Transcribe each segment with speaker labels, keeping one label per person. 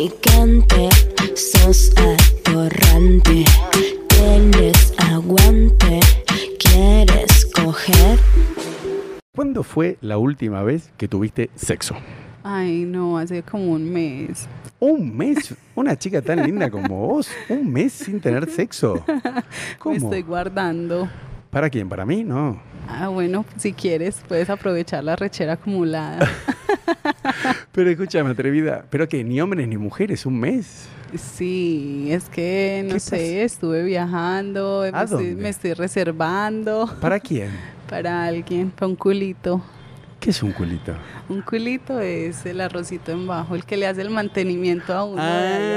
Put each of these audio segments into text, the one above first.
Speaker 1: atorrante, sos atorrante. Tienes aguante, quieres coger.
Speaker 2: ¿Cuándo fue la última vez que tuviste sexo?
Speaker 3: Ay, no, hace como un mes.
Speaker 2: Un mes, una chica tan linda como vos, un mes sin tener sexo.
Speaker 3: Me
Speaker 2: ¿Cómo?
Speaker 3: estoy guardando.
Speaker 2: ¿Para quién? ¿Para mí? No.
Speaker 3: Ah, bueno, si quieres, puedes aprovechar la rechera acumulada.
Speaker 2: Pero escúchame, atrevida. ¿Pero qué? ¿Ni hombres ni mujeres? ¿Un mes?
Speaker 3: Sí, es que, no
Speaker 2: ¿Qué
Speaker 3: sé, estuve viajando, me,
Speaker 2: ¿A
Speaker 3: estoy,
Speaker 2: dónde?
Speaker 3: me estoy reservando
Speaker 2: ¿Para quién?
Speaker 3: para alguien, para un culito.
Speaker 2: ¿Qué es un culito?
Speaker 3: Un culito es el arrocito en bajo, el que le hace el mantenimiento a uno. de ahí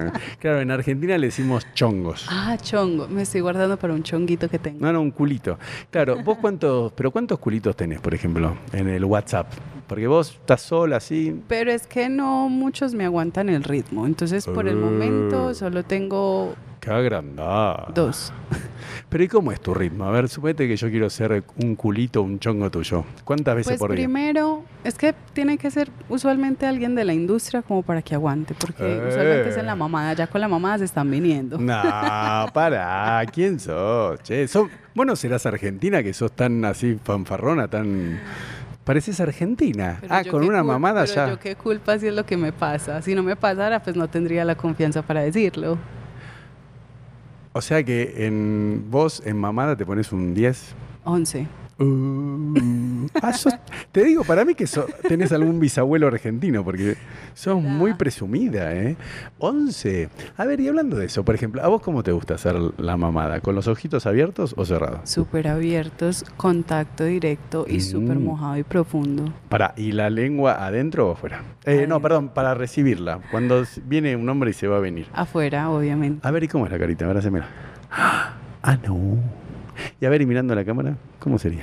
Speaker 3: abajo.
Speaker 2: Ah, claro, en Argentina le decimos chongos.
Speaker 3: Ah, chongo, me estoy guardando para un chonguito que tengo.
Speaker 2: No, no, un culito. Claro, vos cuántos, pero cuántos culitos tenés, por ejemplo, en el WhatsApp? Porque vos estás sola así.
Speaker 3: Pero es que no muchos me aguantan el ritmo, entonces por el
Speaker 2: Eh.
Speaker 3: momento solo tengo
Speaker 2: Qué agrandada.
Speaker 3: dos.
Speaker 2: Pero ¿y cómo es tu ritmo? A ver, suponete que yo quiero ser un culito, un chongo tuyo. ¿Cuántas veces
Speaker 3: Pues
Speaker 2: por día?
Speaker 3: primero, es que tiene que ser usualmente alguien de la industria como para que aguante, porque usualmente es en
Speaker 2: Eh. Mm.
Speaker 3: la mamada, ya con la mamada se están viniendo.
Speaker 2: No, pará, ¿quién sos? Che, sos- vos no serás argentina que sos tan así fanfarrona, tan. Pareces argentina.
Speaker 3: Pero
Speaker 2: ah,
Speaker 3: yo
Speaker 2: con
Speaker 3: qué
Speaker 2: una
Speaker 3: cul-
Speaker 2: mamada
Speaker 3: pero
Speaker 2: ya.
Speaker 3: Yo qué culpa si es lo que me pasa. Si no me pasara, pues no tendría la confianza para decirlo.
Speaker 2: O sea que en vos, en mamada, te pones un 10.
Speaker 3: Once.
Speaker 2: Uh, ah, sos- te digo, para mí que so- tenés algún bisabuelo argentino, porque sos
Speaker 3: ¿Verdad?
Speaker 2: muy presumida, ¿eh? 11. A ver, y hablando de eso, por ejemplo, ¿a vos cómo te gusta hacer la mamada? ¿Con los ojitos abiertos o cerrados?
Speaker 3: Súper abiertos, contacto directo y súper
Speaker 2: Mm.
Speaker 3: mojado y profundo.
Speaker 2: Para, ¿y la lengua adentro o afuera? Eh, no,
Speaker 3: Adentro.
Speaker 2: perdón, para recibirla. Cuando s- viene un hombre y se va a venir.
Speaker 3: Afuera, obviamente.
Speaker 2: A ver, ¿y cómo es la carita? A ver, hacémela. Ah, no. Y a ver, y mirando a la cámara, ¿cómo sería?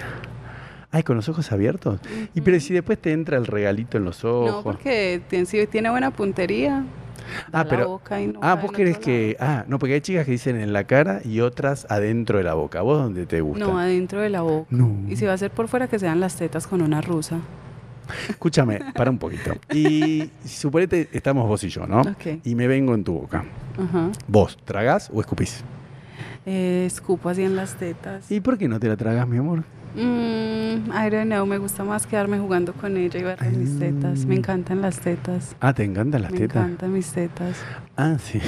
Speaker 2: Ay, con los ojos abiertos. Y pero si después te entra el regalito en los ojos.
Speaker 3: No, porque tiene, si tiene buena puntería. da
Speaker 2: Ah,
Speaker 3: la
Speaker 2: pero-
Speaker 3: boca y no
Speaker 2: Ah,
Speaker 3: cae
Speaker 2: vos
Speaker 3: en
Speaker 2: crees
Speaker 3: otro
Speaker 2: que. Ah, no, porque hay chicas que dicen en la cara y otras adentro de la boca. ¿Vos dónde te
Speaker 3: lado.
Speaker 2: gusta?
Speaker 3: No, adentro de la boca.
Speaker 2: No.
Speaker 3: Y si va a ser por fuera, que sean las tetas con una rusa.
Speaker 2: Escúchame, para un poquito. Y suponete, estamos vos y yo, ¿no?
Speaker 3: Ok.
Speaker 2: Y me vengo en tu boca.
Speaker 3: Ajá.
Speaker 2: ¿Vos tragás o escupís?
Speaker 3: Eh, escupo así en las tetas.
Speaker 2: ¿Y por qué no te la tragas, mi amor?
Speaker 3: Mm, I don't know, me gusta más quedarme jugando con ella y verle mis tetas. Me
Speaker 2: Mm.
Speaker 3: encantan las tetas.
Speaker 2: Ah, ¿te encantan las
Speaker 3: me
Speaker 2: tetas?
Speaker 3: encantan mis tetas.
Speaker 2: Ah, sí.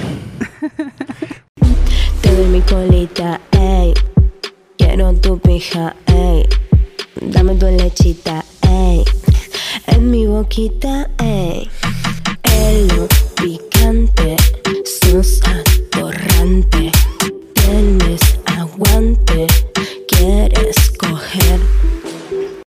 Speaker 1: Te doy mi colita, ey. Quiero tu pija, ey. Dame tu lechita, ey. En mi boquita, ey. Elo picante, sos